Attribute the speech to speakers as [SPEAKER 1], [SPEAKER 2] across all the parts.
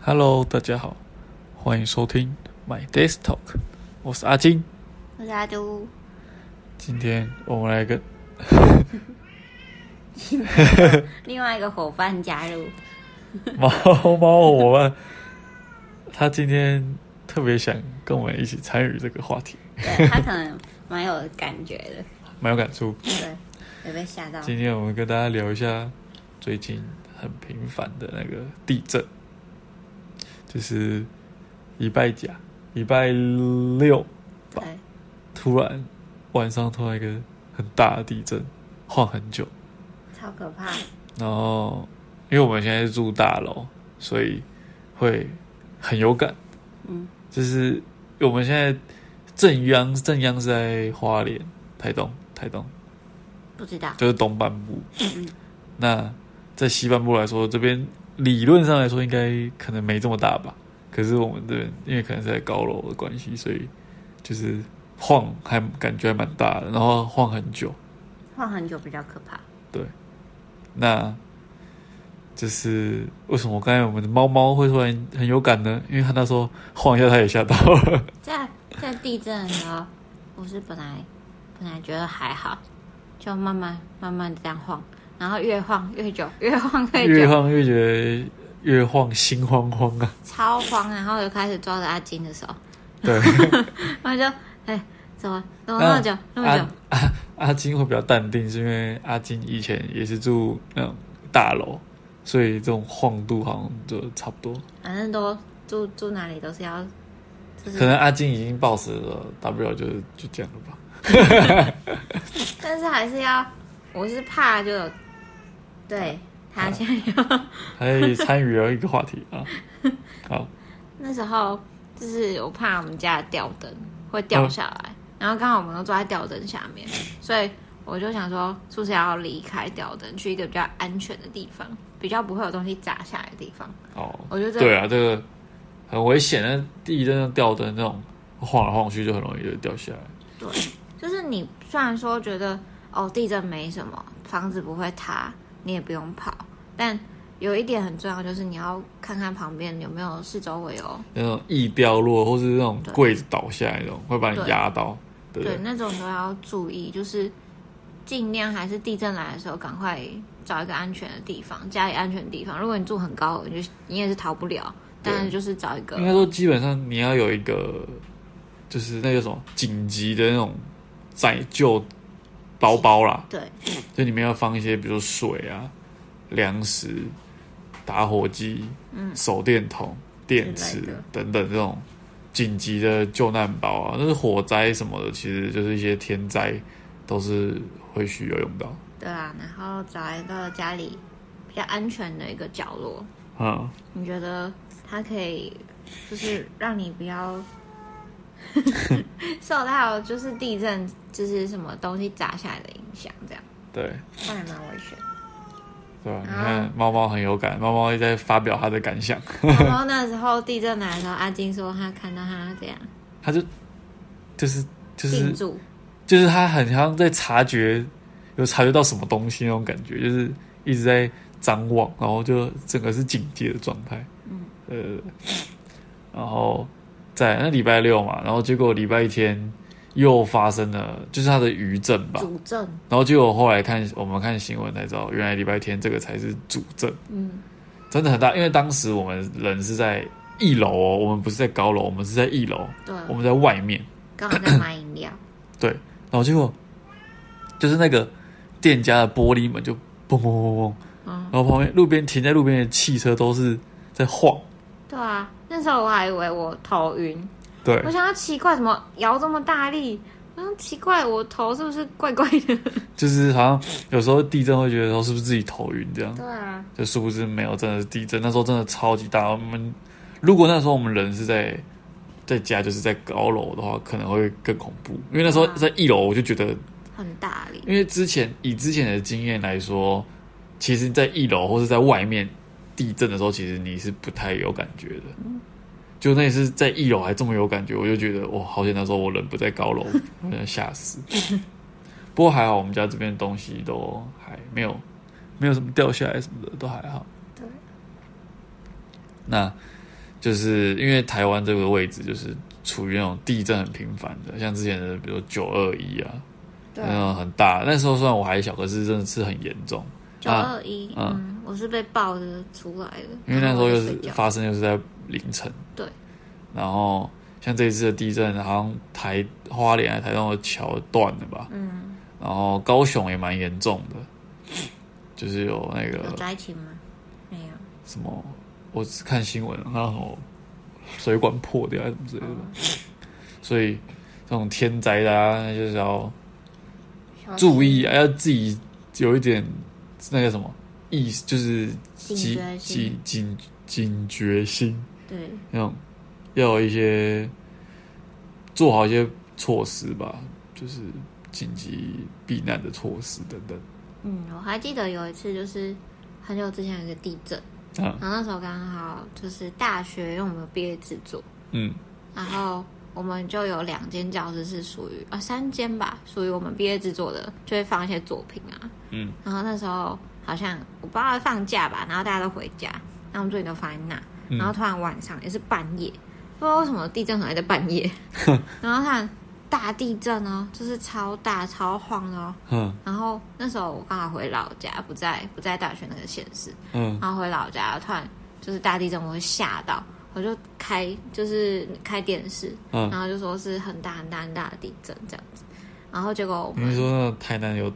[SPEAKER 1] Hello，大家好，欢迎收听 My Desk Talk，我是阿金。
[SPEAKER 2] 我是阿都，
[SPEAKER 1] 今天我们来个
[SPEAKER 2] 另外一个伙伴加 入，
[SPEAKER 1] 猫猫伙伴，他今天特别想跟我们一起参与这个话题，
[SPEAKER 2] 对他可能蛮有感觉的，
[SPEAKER 1] 蛮有感触。
[SPEAKER 2] 对，有被吓到。
[SPEAKER 1] 今天我们跟大家聊一下最近很频繁的那个地震，就是礼拜几啊？礼拜六吧
[SPEAKER 2] 对，
[SPEAKER 1] 突然晚上突然一个很大的地震，晃很久。
[SPEAKER 2] 超可怕。
[SPEAKER 1] 然后因为我们现在是住大楼，所以会很有感。
[SPEAKER 2] 嗯，
[SPEAKER 1] 就是我们现在正央正央是在花莲、台东、台东，
[SPEAKER 2] 不知道。
[SPEAKER 1] 就是东半部。那在西半部来说，这边理论上来说应该可能没这么大吧。可是我们这边因为可能是在高楼的关系，所以就是晃还感觉还蛮大的，然后晃很久。
[SPEAKER 2] 晃很久比较可怕。
[SPEAKER 1] 那就是为什么我刚才我们的猫猫会突然很有感呢？因为它那时候晃一下，它也吓到了。
[SPEAKER 2] 在在地震的时候，我是本来本来觉得还好，就慢慢慢慢地这样晃，然后越晃越久，越晃越久，
[SPEAKER 1] 越晃越觉得越晃心慌慌啊！
[SPEAKER 2] 超慌。然后我就开始抓着阿金的手，
[SPEAKER 1] 对，
[SPEAKER 2] 然后就哎，怎么怎么那么久那么久
[SPEAKER 1] 阿？阿阿金会比较淡定，是因为阿金以前也是住那种大楼，所以这种晃度好像就差不多。
[SPEAKER 2] 反正都住住哪里都是要，就是
[SPEAKER 1] 可能阿金已经暴死了，大不了就就这样了吧。
[SPEAKER 2] 但是还是要，我是怕就有，对他现在有、
[SPEAKER 1] 还参与了一个话题啊，好，
[SPEAKER 2] 那时候就是我怕我们家的吊灯会掉下来，然后刚好我们都坐在吊灯下面，所以我就想说是不是要离开吊灯，去一个比较安全的地方，比较不会有东西砸下来的地方。
[SPEAKER 1] 哦，
[SPEAKER 2] 我觉得这
[SPEAKER 1] 对啊，这个很危险的，地震上吊灯那种晃来晃去就很容易就掉下来。
[SPEAKER 2] 就是你虽然说觉得哦地震没什么，房子不会塌，你也不用跑，但有一点很重要，就是你要看看旁边有没有四周围有
[SPEAKER 1] 那种易掉落，或是那种
[SPEAKER 2] 对
[SPEAKER 1] 柜子倒下来那种，会把你
[SPEAKER 2] 对
[SPEAKER 1] 压到，对不
[SPEAKER 2] 对
[SPEAKER 1] 对？，
[SPEAKER 2] 那种都要注意，就是尽量还是地震来的时候，赶快找一个安全的地方，家里安全的地方。如果你住很高，你就你也是逃不了，
[SPEAKER 1] 对
[SPEAKER 2] 但是就是找一个
[SPEAKER 1] 应该说，基本上你要有一个，就是那叫什么紧急的那种载救包包啦，
[SPEAKER 2] 对
[SPEAKER 1] 就里面要放一些，比如说水啊、粮食、打火机、
[SPEAKER 2] 嗯
[SPEAKER 1] 手电筒、电
[SPEAKER 2] 之
[SPEAKER 1] 池
[SPEAKER 2] 类的
[SPEAKER 1] 等等这种紧急的救难包啊，那是火灾什么的，其实就是一些天灾都是会需要用到。
[SPEAKER 2] 对啊，然后找一个家里比较安全的一个角落，
[SPEAKER 1] 嗯，
[SPEAKER 2] 你觉得它可以就是让你不要 受到就是地震就是什么东西砸下来的影响，这样
[SPEAKER 1] 对，
[SPEAKER 2] 不然蛮危险。
[SPEAKER 1] 对吧？你
[SPEAKER 2] 啊
[SPEAKER 1] 看猫猫很有感，猫猫在发表它的感想，
[SPEAKER 2] 然后那时候地震来的时候，阿金说他看到他这样
[SPEAKER 1] 它就就是就是
[SPEAKER 2] 定住，
[SPEAKER 1] 就是它很像在察觉，有察觉到什么东西那种感觉，就是一直在张望，然后就整个是警戒的状态。
[SPEAKER 2] 嗯，
[SPEAKER 1] 呃，然后在那礼拜六嘛，然后结果礼拜天又发生了，就是它的余震吧，
[SPEAKER 2] 主震，
[SPEAKER 1] 然后结果后来看我们看新闻才知道，原来礼拜天这个才是主震，
[SPEAKER 2] 嗯，
[SPEAKER 1] 真的很大，因为当时我们人是在一楼哦，我们不是在高楼，我们是在一楼，
[SPEAKER 2] 对，
[SPEAKER 1] 我们在外面。
[SPEAKER 2] 刚好在买饮 料，
[SPEAKER 1] 然后结果就是那个店家的玻璃门就砰砰砰砰砰，
[SPEAKER 2] 嗯，
[SPEAKER 1] 然后旁边路边停在路边的汽车都是在晃，
[SPEAKER 2] 对啊，那时候我还以为我头晕，
[SPEAKER 1] 对
[SPEAKER 2] 我，想要奇怪怎么摇这么大力，我想奇怪我头是不是怪怪的？
[SPEAKER 1] 就是好像有时候地震会觉得说是不是自己头晕这样，
[SPEAKER 2] 对啊，
[SPEAKER 1] 就殊不知没有，真的是地震，那时候真的超级大。我们如果那时候我们人是在在家，就是在高楼的话，可能会更恐怖，因为那时候
[SPEAKER 2] 啊
[SPEAKER 1] 在一楼，我就觉得
[SPEAKER 2] 很大力，
[SPEAKER 1] 因为之前以之前的经验来说，其实，在一楼或是在外面地震的时候，其实你是不太有感觉的。就那次在一楼还这么有感觉，我就觉得哇，好险！那时候我人不在高楼，我想吓死。不过还好，我们家这边东西都还没有没有什么掉下来什么的，都还好。
[SPEAKER 2] 对，
[SPEAKER 1] 那就是因为台湾这个位置就是处于那种地震很频繁的，像之前的比如九二一啊，
[SPEAKER 2] 对，
[SPEAKER 1] 那种很大。那时候虽然我还小，可是真的是很严重。
[SPEAKER 2] 九
[SPEAKER 1] 啊
[SPEAKER 2] 二一，
[SPEAKER 1] 嗯
[SPEAKER 2] 嗯，我是被爆的出来的，
[SPEAKER 1] 因为那时候又
[SPEAKER 2] 就是睡觉
[SPEAKER 1] 发生，又是在凌晨。
[SPEAKER 2] 对。
[SPEAKER 1] 然后像这一次的地震，好像台花莲、还台东的桥断了吧？
[SPEAKER 2] 嗯，
[SPEAKER 1] 然后高雄也蛮严重的，就是有那
[SPEAKER 2] 有
[SPEAKER 1] 个
[SPEAKER 2] 在一起吗？没有，
[SPEAKER 1] 什么，我只看新闻，然后水管破掉还是什么之类
[SPEAKER 2] 哦
[SPEAKER 1] 的吧。所以这种天灾大家就是要
[SPEAKER 2] 小
[SPEAKER 1] 注意，啊，要自己有一点那个什么意识，就是
[SPEAKER 2] 警
[SPEAKER 1] 警
[SPEAKER 2] 觉性，
[SPEAKER 1] 警警警觉心。
[SPEAKER 2] 对，
[SPEAKER 1] 那种要有一些做好一些措施吧，就是紧急避难的措施等等。
[SPEAKER 2] 嗯，我还记得有一次就是很久之前有一个地震，
[SPEAKER 1] 啊，
[SPEAKER 2] 然后那时候刚好就是大学，因为我们有毕业制作，
[SPEAKER 1] 嗯
[SPEAKER 2] 然后我们就有两间教室是属于啊三间吧，属于我们毕业制作的，就会放一些作品啊。
[SPEAKER 1] 嗯，
[SPEAKER 2] 然后那时候好像我不知道放假吧，然后大家都回家，然后我们作品都放在那，
[SPEAKER 1] 嗯
[SPEAKER 2] 然后突然晚上也是半夜，不知道为什么地震很爱在半 夜，然后突然大地震哦，就是超大超晃的哦。
[SPEAKER 1] 嗯
[SPEAKER 2] 然后那时候我刚好回老家，不在不在大学那个县市，
[SPEAKER 1] 嗯
[SPEAKER 2] 然后回老家，突然就是大地震，我会吓到，我就开就是开电视，
[SPEAKER 1] 嗯，
[SPEAKER 2] 然后就说是很大很大很大的地震这样子，然后结果我
[SPEAKER 1] 你是
[SPEAKER 2] 们
[SPEAKER 1] 说那个台南有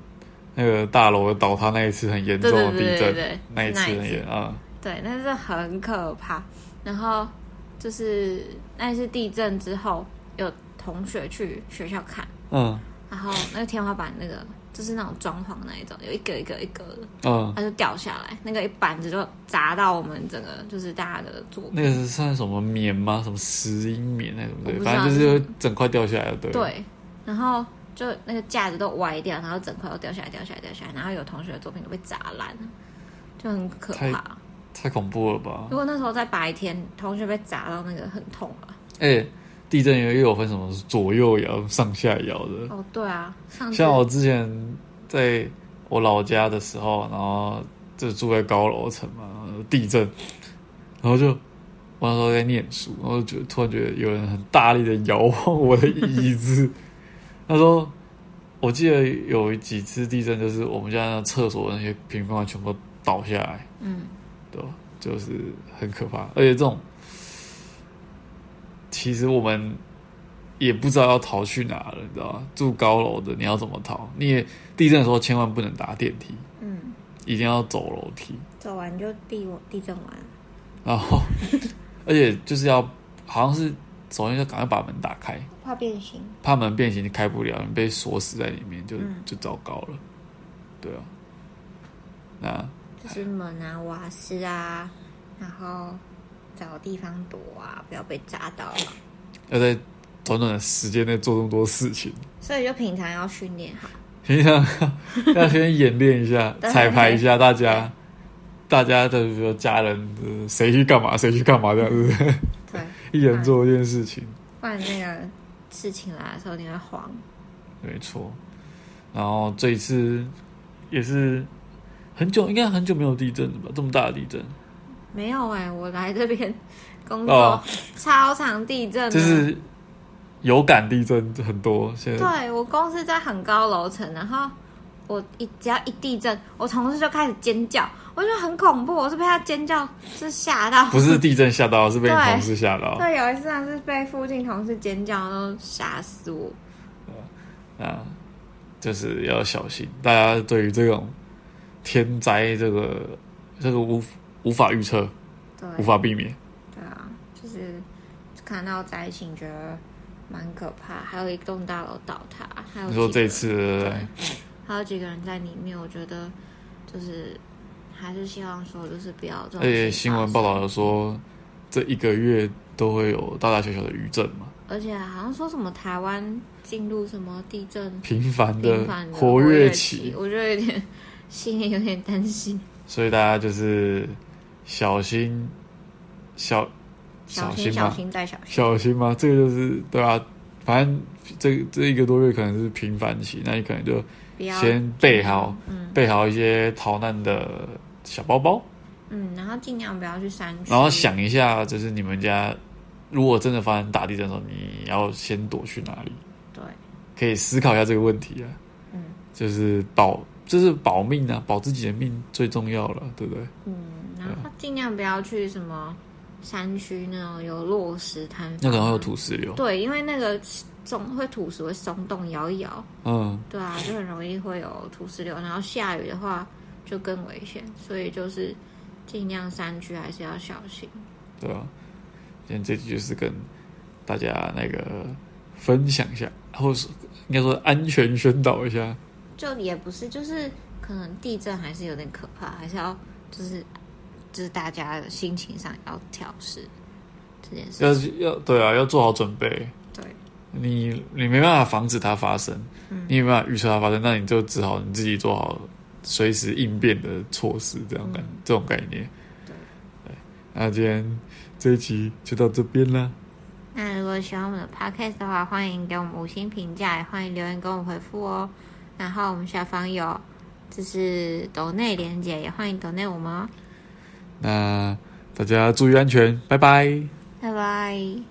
[SPEAKER 1] 那个大楼倒塌那一次很严重
[SPEAKER 2] 对对
[SPEAKER 1] 的
[SPEAKER 2] 对
[SPEAKER 1] 地
[SPEAKER 2] 对
[SPEAKER 1] 震，
[SPEAKER 2] 对对，
[SPEAKER 1] 那一次
[SPEAKER 2] 是
[SPEAKER 1] 很严啊，
[SPEAKER 2] 对，那是很可怕。然后就是那一次地震之后，有同学去学校看，
[SPEAKER 1] 嗯
[SPEAKER 2] 然后那个天花板那个就是那种装潢那一种，有一个一个一个的，
[SPEAKER 1] 嗯，
[SPEAKER 2] 它就掉下来，那个一板子就砸到我们整个就是大家的作品。
[SPEAKER 1] 那个是算什么棉吗？什么石英棉那种
[SPEAKER 2] 我
[SPEAKER 1] 对，
[SPEAKER 2] 不知道
[SPEAKER 1] 反正就是整块掉下来了，对。
[SPEAKER 2] 对，然后就那个架子都歪掉，然后整块都掉下来，掉下来，掉下来，然后有同学的作品都被砸烂了，就很可
[SPEAKER 1] 太
[SPEAKER 2] 怕。
[SPEAKER 1] 太恐怖了吧
[SPEAKER 2] 如！果那时候在白天，同学被砸到那个很痛啊。
[SPEAKER 1] 哎、地震又又有分什么左右摇、上下摇的，
[SPEAKER 2] 哦，对啊，上次
[SPEAKER 1] 像我之前在我老家的时候，然后就住在高楼层嘛，然后地震，然后就我那时候在念书，然后就突然觉得有人很大力的摇晃我的椅子。 那时候我记得有几次地震，就是我们家那厕所那些平方全部都倒下来，
[SPEAKER 2] 嗯，
[SPEAKER 1] 对吧？就是很可怕，而且这种其实我们也不知道要逃去哪了，你知道吗？住高楼的你要怎么逃？你也地震的时候千万不能搭电梯，
[SPEAKER 2] 嗯，
[SPEAKER 1] 一定要走楼梯。
[SPEAKER 2] 走完就地地震嗯完了。
[SPEAKER 1] 然后， 而且就是要好像是首先就赶快把门打开，
[SPEAKER 2] 怕变形，
[SPEAKER 1] 怕门变形你开不了，你被锁死在里面就
[SPEAKER 2] 嗯
[SPEAKER 1] 就糟糕了。对啊，那
[SPEAKER 2] 就是门啊、瓦斯啊，然后找地方躲啊，不要被砸到啊。
[SPEAKER 1] 要在短短的时间内做这么多事情。
[SPEAKER 2] 所以就平常要训练好。
[SPEAKER 1] 平 常要先演练一 下，
[SPEAKER 2] 对
[SPEAKER 1] 彩排一下大家，大家的比如说家人，呃谁去干嘛，谁去干嘛这样子，
[SPEAKER 2] 对，
[SPEAKER 1] 一人做一件事情，
[SPEAKER 2] 不然那个事情来的时候你会慌。
[SPEAKER 1] 没错。然后这一次也是很久，应该很久没有地震了吧？这么大的地震，
[SPEAKER 2] 没有哎、我来这边工作、
[SPEAKER 1] 哦
[SPEAKER 2] 超长地震的，
[SPEAKER 1] 就是有感地震很多，现在
[SPEAKER 2] 对我公司在很高楼层，然后我一只要一地震，我同事就开始尖叫，我觉得很恐怖，我是被他尖叫是吓到，
[SPEAKER 1] 不是地震吓到，是被你
[SPEAKER 2] 对
[SPEAKER 1] 同事吓到。
[SPEAKER 2] 对，有一次他是被附近同事尖叫，都吓死我。
[SPEAKER 1] 啊，就是要小心。大家对于这种天灾，这个这个无无法预测，
[SPEAKER 2] 对，
[SPEAKER 1] 无法避免。
[SPEAKER 2] 对啊，就是看到灾情觉得蛮可怕，还有一栋大楼倒塌，还有
[SPEAKER 1] 你说
[SPEAKER 2] 几个
[SPEAKER 1] 这一次哎
[SPEAKER 2] 对
[SPEAKER 1] 的，
[SPEAKER 2] 还有几个人在里面，我觉得就是还是希望说就是不要这种。
[SPEAKER 1] 而且呃新闻报道，有说，这一个月都会有大大小小的余震嘛，
[SPEAKER 2] 而且好像说什么台湾进入什么地震
[SPEAKER 1] 频繁
[SPEAKER 2] 频
[SPEAKER 1] 的
[SPEAKER 2] 繁的
[SPEAKER 1] 活
[SPEAKER 2] 跃
[SPEAKER 1] 跃期，
[SPEAKER 2] 我就有点 心里有点担心。
[SPEAKER 1] 所以大家就是小心，小
[SPEAKER 2] 小
[SPEAKER 1] 心
[SPEAKER 2] 心，小
[SPEAKER 1] 嘛，
[SPEAKER 2] 心再小心。
[SPEAKER 1] 小心嘛，这个就是对啊，反正这这一个多月可能是频繁期，那你可能就
[SPEAKER 2] 不要
[SPEAKER 1] 先备好
[SPEAKER 2] 嗯
[SPEAKER 1] 备好一些逃难的小包包，
[SPEAKER 2] 嗯，然后尽量不要去山区，
[SPEAKER 1] 然后想一下，就是你们家如果真的发生大地震的时候，你要先躲去哪里？
[SPEAKER 2] 对，
[SPEAKER 1] 可以思考一下这个问题啊。
[SPEAKER 2] 嗯，
[SPEAKER 1] 就是保，就是保命啊，保自己的命最重要了，对不对？
[SPEAKER 2] 嗯，然后尽量不要去什么山区那种有落石坍方，
[SPEAKER 1] 那可能会有土石流，
[SPEAKER 2] 对，因为那个总会土石会松动，摇一摇，
[SPEAKER 1] 嗯，
[SPEAKER 2] 对啊，就很容易会有土石流，然后下雨的话就更危险，所以就是尽量山区还是要小心。
[SPEAKER 1] 对吧？今天这集就是跟大家那个分享一下，或是应该说安全宣导一下，
[SPEAKER 2] 就也不是，就是可能地震还是有点可怕，还是要就是就是大家的心情上要调试这件事。
[SPEAKER 1] 要要对啊，要做好准备。
[SPEAKER 2] 对，嗯
[SPEAKER 1] 你你没办法防止它发生，你也没办法预测它发生，那你就只好你自己做好随时应变的措施，这样的、这种概念。
[SPEAKER 2] 嗯对
[SPEAKER 1] 对，那今天这一集就到这边啦。
[SPEAKER 2] 那如果喜欢我们的 podcast 的话，欢迎给我们五星评价，也欢迎留言跟我们回复哦。然后我们下方有就是抖内连接，也欢迎抖内我们哦。
[SPEAKER 1] 那大家注意安全，拜拜。
[SPEAKER 2] 拜拜。